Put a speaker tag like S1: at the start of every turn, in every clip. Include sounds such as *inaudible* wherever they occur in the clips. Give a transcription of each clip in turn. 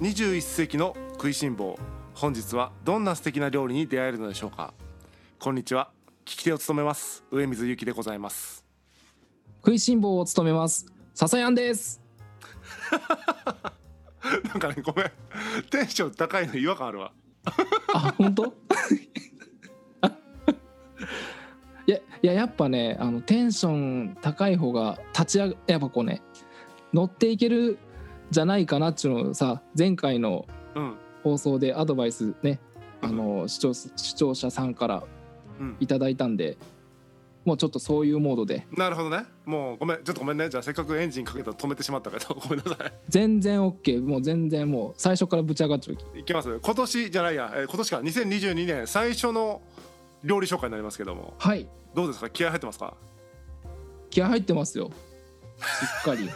S1: 21世紀の食いしん坊本日はどんな素敵な料理に出会えるのでしょうかこんにちは聞き手を務めます上水ゆきでございます
S2: 食いしん坊を務めます笹やんです
S1: なんかねごめんテンション高いの違和感あるわ
S2: あ本当 *laughs* いやいややっぱねあのテンション高い方が立ち上がやっぱこうね乗っていけるじゃないかなっちゅうのをさ前回の
S1: うん
S2: 放送でアドバイスねあの視聴視聴者さんから
S1: うん
S2: いただいたんでもうちょっとそういうモードで
S1: なるほどねもうごめんちょっとごめんねじゃあせっかくエンジンかけたら止めてしまったけどごめんなさ
S2: 全然 OK もう全然もう最初からぶち上がっちゃう
S1: いいきます今年じゃないや、えー今年か2022年最初の料理紹介になりますけども
S2: はい
S1: どうですか気合入ってますか
S2: 気合入ってますよしっかり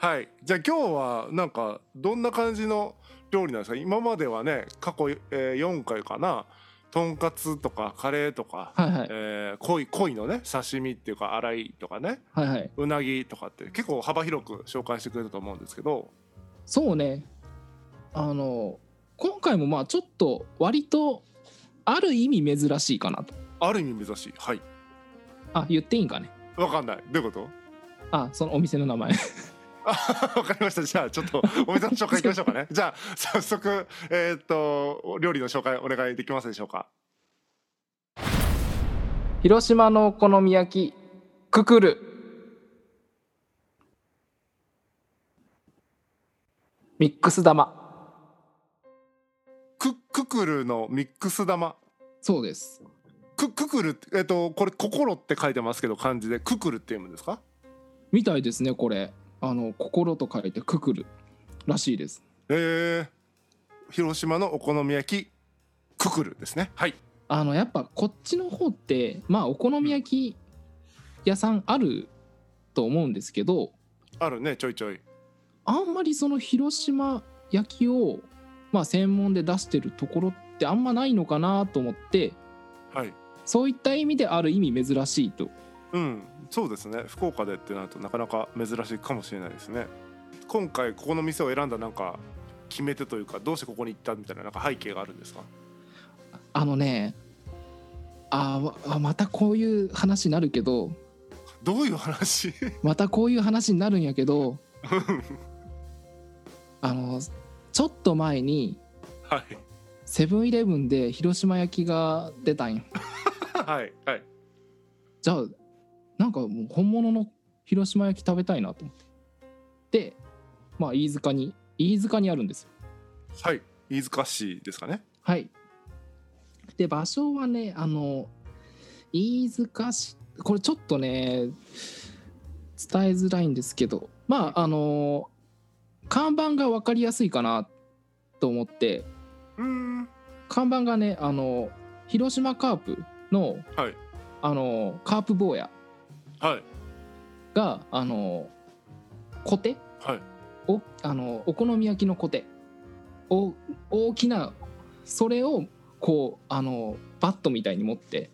S1: はいじゃあ今日はなんかどんな感じの料理なんですか今まではね過去、えー4回かなとんかつとかカレーとか、
S2: はいはい
S1: えー、鯉鯉のね刺身っていうか洗いとかね
S2: はいはいう
S1: なぎとかって結構幅広く紹介してくれたと思うんですけど
S2: そうねあの今回もまあちょっと割とある意味珍しいかなと
S1: ある意味珍しいはい
S2: あ言っていいんかね
S1: わかんないどういうこと *laughs*
S2: あそのお店の名前
S1: あわかりました。じゃあちょっとお店の紹介いきましょうかね。じゃあ早速えーっと料理の紹介お願いできますでしょうか。
S2: *laughs* 広島のお好み焼きくくるミックス玉
S1: クククルのミックス玉。
S2: そうです
S1: クククルってえーっとこれ心って書いてますけど漢字でククルって読むんですか。
S2: みたいですねこれあの心と書いてくくるらしいです
S1: えー、広島のお好み焼きククルですね。はい。
S2: あのやっぱこっちの方ってまあお好み焼き屋さんあると思うんですけど
S1: あるねちょいちょい。
S2: あんまりその広島焼きをまあ専門で出してるところってあんまないのかなと思って
S1: はい。
S2: そういった意味である意味珍しいと
S1: うんそうですね福岡でってなるとなかなか珍しいかもしれないですね今回ここの店を選んだなんか決め手というかどうしてここに行ったみたいななんか背景があるんですか
S2: あのねあーわあまたこういう話になるけど
S1: どういう話
S2: またこういう話になるんやけどあのちょっと前に
S1: はい
S2: セブンイレブンで広島焼きが出たんよ
S1: はいはい
S2: じゃあなんかもう本物の広島焼き食べたいなと思ってでまあ飯塚に飯塚にあるんですよ
S1: はい飯塚市ですかね
S2: はいで場所はねあの飯塚市これちょっとね伝えづらいんですけどまああの看板が分かりやすいかなと思って
S1: うーん
S2: 看板がねあの広島カープの、
S1: はい
S2: あのカープ坊や
S1: はい
S2: があのコテ
S1: はい
S2: おあのお好み焼きのコテお大きなそれをこうあのバットみたいに持って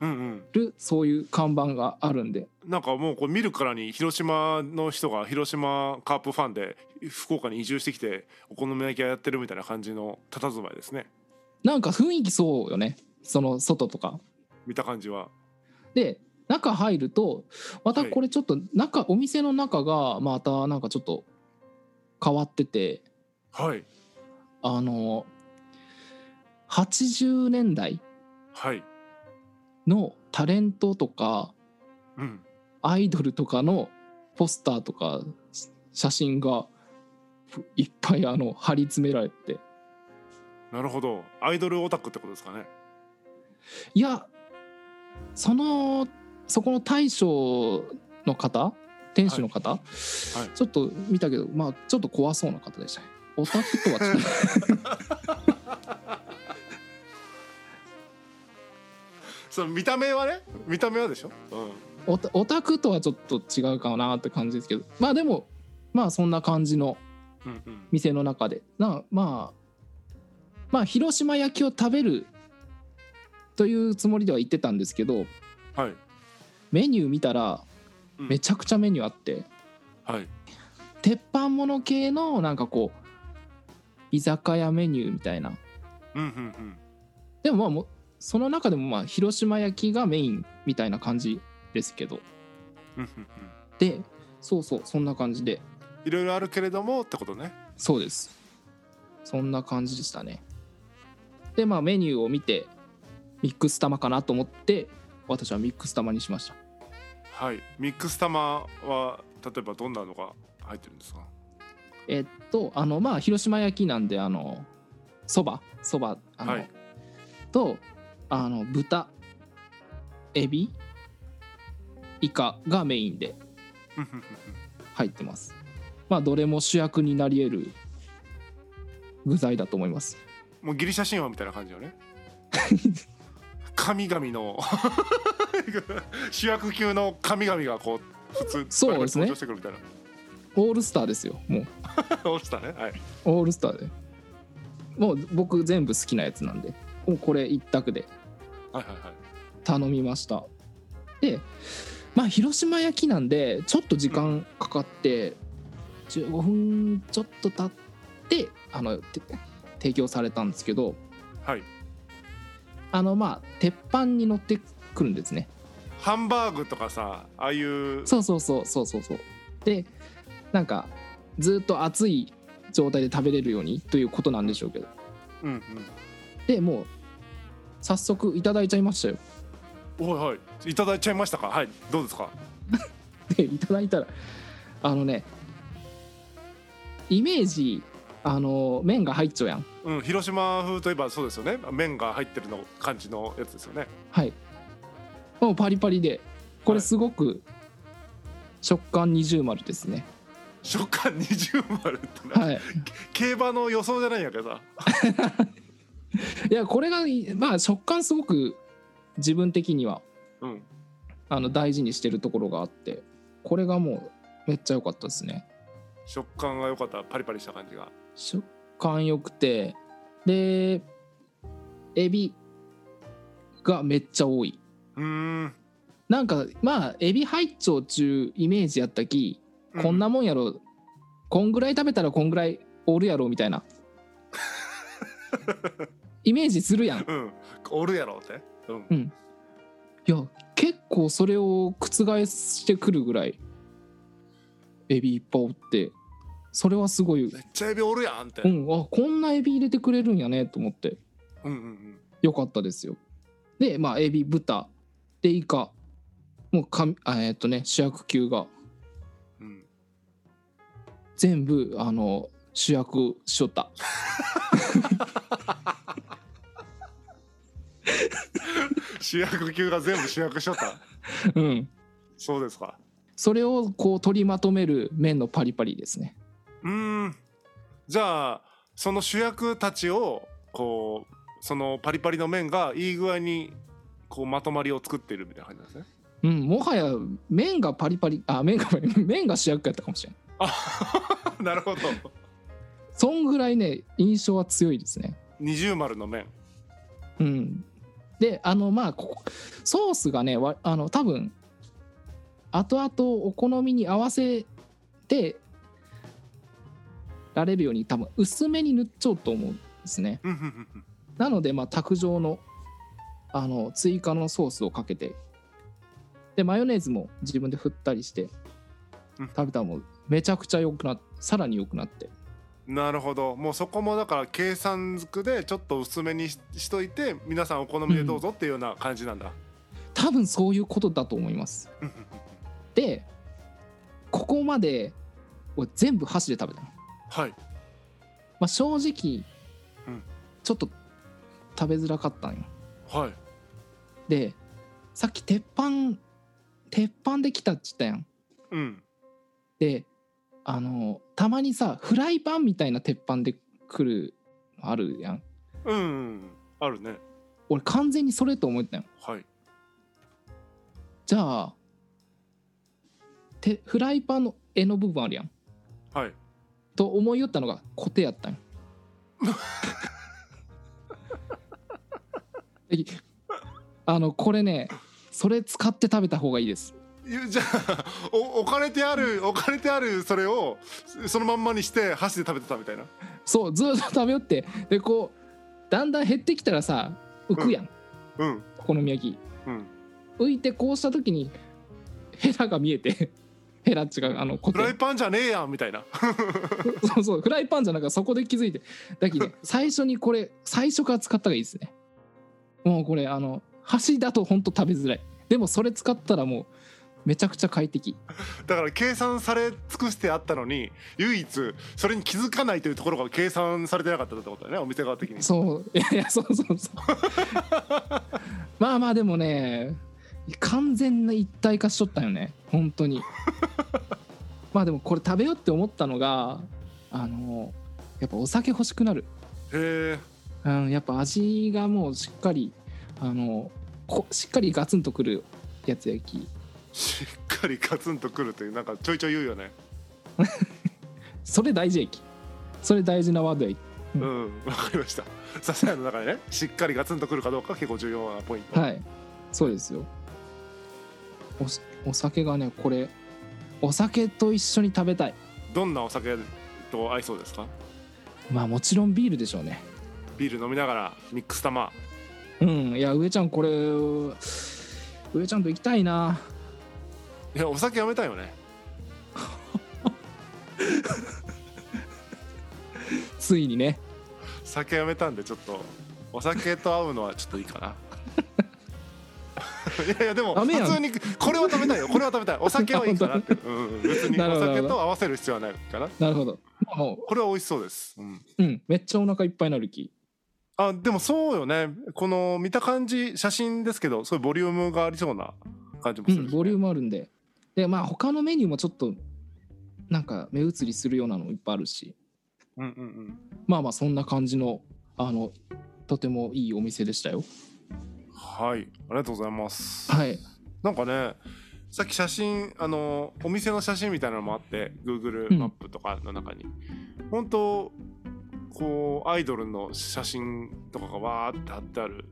S1: うんうん
S2: るそういう看板があるんで
S1: なんかもうこう見るからに広島の人が広島カープファンで福岡に移住してきてお好み焼き屋やってるみたいな感じの佇まいですね
S2: なんか雰囲気そうよねその外とか。
S1: 見た感じは
S2: で中入るとまた
S1: はい
S2: これちょっと中、お店の中がまたなんかちょっと変わってて
S1: はい
S2: あの80年代
S1: はい
S2: のタレントとか
S1: うん
S2: アイドルとかのポスターとかし写真がふいっぱいあの貼り詰められて
S1: なるほどアイドルオタクってことですかね
S2: いやそのそこの大将の方店主の方、
S1: はい
S2: ちょっと見たけどまあちょっと怖そうな方でしたねオタクとは違う
S1: その見た目はね見た目はでしょ、う *laughs*
S2: オタオタクとはちょっと違うかなって感じですけどまあでもまあそんな感じの
S1: ん、うんうん
S2: 店の中でなまあまあ広島焼きを食べるというつもりでは言ってたんですけど
S1: はい
S2: メニュー見たら
S1: うん
S2: めちゃくちゃメニューあって、
S1: はい
S2: 鉄板もの系のなんかこう居酒屋メニューみたいな
S1: うんうん
S2: でもまあもうその中でもまあ広島焼きがメインみたいな感じですけど
S1: うんうんうん
S2: でそうそうそんな感じで
S1: いろいろあるけれどもってことね
S2: そうですそんな感じでしたねでまあメニューを見てミックス玉かなと思って私はミックス玉にしました
S1: はいミックス玉は例えばどんなのが入ってるんですか
S2: えっとあのまあ広島焼きなんであのそばそばあの、
S1: はい
S2: とあの豚エビイカがメインで
S1: うんうんうん
S2: 入ってますまあどれも主役になり得る具材だと思います
S1: うんもうギリシャ神話みたいな感じよ
S2: *laughs*
S1: ね神々の *laughs* 主役級の神々がこう普通
S2: そうですね
S1: 登場してくるみたいな
S2: オールスターですよもう
S1: *laughs* 落ちたねはい
S2: オールスターでもう僕全部好きなやつなんでもうこれ一択で
S1: はいはいはい
S2: 頼みましたでまあ広島焼きなんでちょっと時間かかって15分ちょっと経ってあのて提供されたんですけど
S1: はい
S2: あのまあ鉄板に乗ってくるんですね
S1: ハンバーグとかさああいう
S2: そうそうそうそうそうそうでなんかずっと熱い状態で食べれるようにということなんでしょうけど
S1: うん
S2: でもう早速いただいちゃいましたよ
S1: うんおいはいいただいちゃいましたかはいどうですか
S2: でいただいたらあのねイメージあの麺が入っちゃうやん
S1: うん広島風といえばそうですよね麺が入ってるの感じのやつですよね
S2: はいもうパリパリでこ
S1: は
S2: れ
S1: い
S2: すごく食感二重丸ですね
S1: 食感二重丸ってな、
S2: はい
S1: 競馬の予想じゃないんやけどさ
S2: いやこれがまあ食感すごく自分的には
S1: うん
S2: あの大事にしてるところがあってこれがもうめっちゃ良かったですね
S1: 食感が良かったパリパリした感じが
S2: 食感良くてでエビがめっちゃ多いう
S1: ーん
S2: なんかまあエビ入っちょうちゅうイメージやったき、
S1: う
S2: こんなもんやろこんぐらい食べたらこんぐらいおるやろみたいなイメージするやん
S1: うんおるやろってうん
S2: いや結構それを覆してくるぐらいエビいっぱいおってそれはすごい
S1: めっちゃエビおるやんって、
S2: うんあこんなエビ入れてくれるんやねと思って
S1: うんうんうん
S2: よかったですよでまあエビ豚でイカもうかみあえーっとね主役級が
S1: うん
S2: 全部あの主役しよった
S1: 主役級が全部主役しちゃった *laughs*
S2: うん
S1: そうですか
S2: それをこう取りまとめる麺のパリパリですね
S1: うーんじゃあその主役たちをこうそのパリパリの麺がいい具合にこうまとまりを作ってるみたいな感じなんですね。
S2: うんもはや麺がパリパリあ麺が *laughs* 麺が主役やったかもしれん
S1: あ *laughs* なるほど
S2: そんぐらいね印象は強いですね
S1: 二重丸の麺。
S2: うんであのまあここソースがねわあの多分後々お好みに合わせてられるように多分薄めに塗っちゃうと思うんですね
S1: うんうんうん
S2: なので、まあ、卓上のあの追加のソースをかけてでマヨネーズも自分で振ったりして
S1: うん
S2: 食べたらもうめちゃくちゃ良くなってさらに良くなって
S1: うんなるほどもうそこもだから計算づくでちょっと薄めにししといて皆さんお好みでどうぞっていうような感じなんだ。
S2: 多分そういうことだと思います
S1: うんうん
S2: でここまでを全部箸で食べたの、ま
S1: はい。
S2: あ、正直、
S1: うん
S2: ちょっと食べづらかったんよ
S1: はい。
S2: でさっき鉄板鉄板で来たって言ったやん
S1: うん。
S2: であのたまにさフライパンみたいな鉄板で来るのあるやん
S1: うん、うん。あるね。
S2: 俺完全にそれと思ったよ
S1: はい。
S2: じゃあてフライパンの柄の部分あるやん
S1: はい。
S2: と思いよったのがコテやったんよ *laughs* えあのこれねそれ使って食べた方がいいです
S1: ゆじゃあお置かれてある置かれてあるそれをそのまんまにして箸で食べてたみたいな
S2: そうずっと食べよってでこうだんだん減ってきたらさ浮くやん、
S1: うん
S2: お好み焼き
S1: うん
S2: 浮いてこうした時にヘラが見えて *laughs* ヘラっちがあのコ
S1: フライ
S2: テ
S1: パンじゃねえやんみたいな
S2: そうそうフライパンじゃなくてそこで気づいて
S1: *laughs*
S2: だけど、ね、最初にこれ最初から使った方がいいですねもうこれあの箸だとほんと食べづらいでもそれ使ったらもうめちゃくちゃ快適
S1: だから計算され尽くしてあったのに唯一それに気づかないというところが計算されてなかったってことだねお店側的に
S2: そういやいやそうそうそうまあまあでもね完全な一体化しとったよね本当にまあでもこれ食べようって思ったのがあのやっぱお酒欲しくなる、
S1: へえ
S2: うん、やっぱ味がもうしっかりあのこしっかりガツンとくるやつ焼き
S1: しっかりガツンとくるというなんかちょいちょい言うよね
S2: それ大事駅それ大事なワードや
S1: う
S2: うん
S1: んわかりましたさすがの中でねしっかりガツンとくるかどうか結構重要なポイント、
S2: はいそうですよおしお酒がねこれお酒と一緒に食べたい
S1: どんなお酒と合いそうですか
S2: まあもちろんビールでしょうね
S1: ビール飲みながらミックス玉
S2: うんいや上ちゃんこれ上ちゃんと行きたいない
S1: やお酒やめたいよね
S2: ついにね
S1: 酒やめたんでちょっとお酒と合うのはちょっといいかな *laughs* いやいやでも
S2: ダメやん
S1: 普通にこれは食べたいよこれは食べたいお酒はいいかなって、うんうん、別に
S2: *laughs* なる
S1: お
S2: ほど
S1: 酒と合わせる必要はないかな
S2: なるほども
S1: これは美味しそうです、うん、
S2: ううんめっちゃお腹いっぱいになる気
S1: あでもそうよねこの見た感じ写真ですけどそういうボリュームがありそうな感じも
S2: う
S1: する、
S2: んボリュームあるんででまあ他のメニューもちょっとなんか目移りするようなのもいっぱいあるし
S1: うんうんうん
S2: まあまあそんな感じのあのとてもいいお店でしたよ
S1: はいありがとうございます
S2: はい
S1: なんかねさっき写真あのお店の写真みたいなのもあって Google
S2: うん
S1: マップとかの中に、本当こうアイドルの写真とかがわーって貼ってある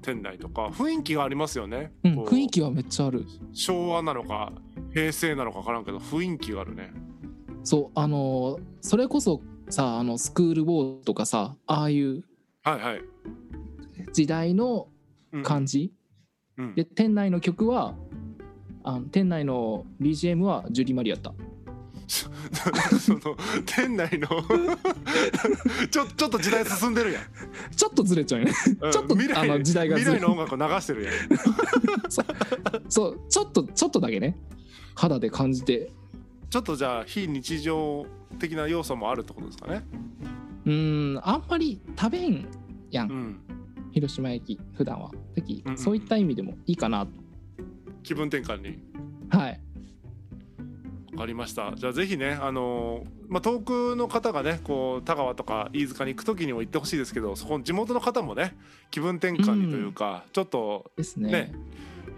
S1: 店内とか雰囲気がありますよね、
S2: うん
S1: こう
S2: 雰囲気はめっちゃある
S1: 昭和なのか平成なのか分からんけど雰囲気があるね
S2: そうあのそれこそさあのスクールウォーズとかさああいう
S1: はいはい、
S2: 時代の
S1: うん
S2: 感じ、
S1: うん
S2: で店内の曲はあの店内の BGM はジュリー・マリアッタ
S1: そ *laughs* その店内の *laughs* ちょちょっと時代進んでるやん、
S2: ちょっとずれちゃうよね *laughs*
S1: うん
S2: ちょっと
S1: 未来
S2: あの時代がず
S1: 未来の音楽を流してるやん
S2: そうちょっとちょっとだけね肌で感じて
S1: ちょっとじゃあ非日常的な要素もあるってことですかね。
S2: うーんあんまり食べんやん、
S1: うん。
S2: 広島駅普段はだき
S1: うんうん
S2: そういった意味でもいいかなと
S1: 気分転換に。
S2: はい
S1: わかりました。じゃあぜひね、あのーまあ、遠くの方がね、こう田川とか飯塚に行く時にも行ってほしいですけど、そこの地元の方もね、気分転換にというか、ちょっと
S2: ですね
S1: ね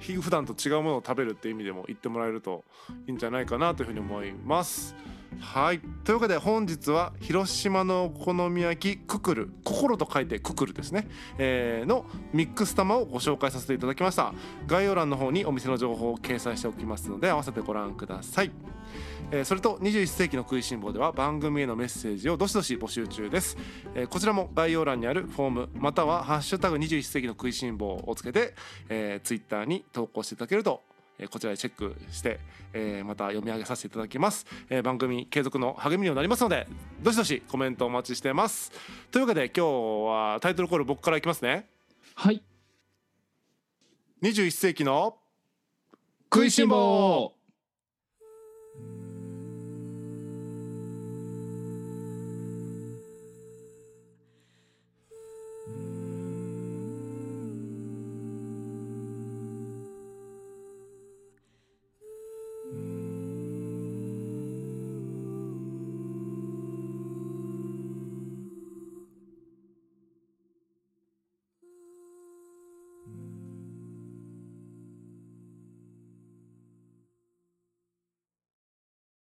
S1: ひ普段と違うものを食べるっていう意味でも行ってもらえるといいんじゃないかなというふうに思います。はいというわけで本日は広島のお好み焼きククル心と書いてククルですね、えーのミックス玉をご紹介させていただきました概要欄の方にお店の情報を掲載しておきますので合わせてご覧くださいえーそれと21世紀の食いしん坊では番組へのメッセージをどしどし募集中です、えーこちらも概要欄にあるフォームまたは「ハッシュタグ #21 世紀の食いしん坊」をつけて、えー、ツイッターに投稿していただけると、えーこちらでチェックして、えーまた読み上げさせていただきます、えー番組継続の励みにもなりますのでどしどしコメントお待ちしてますというわけで今日はタイトルコール僕からいきますね
S2: はい
S1: 21世紀の食いしん坊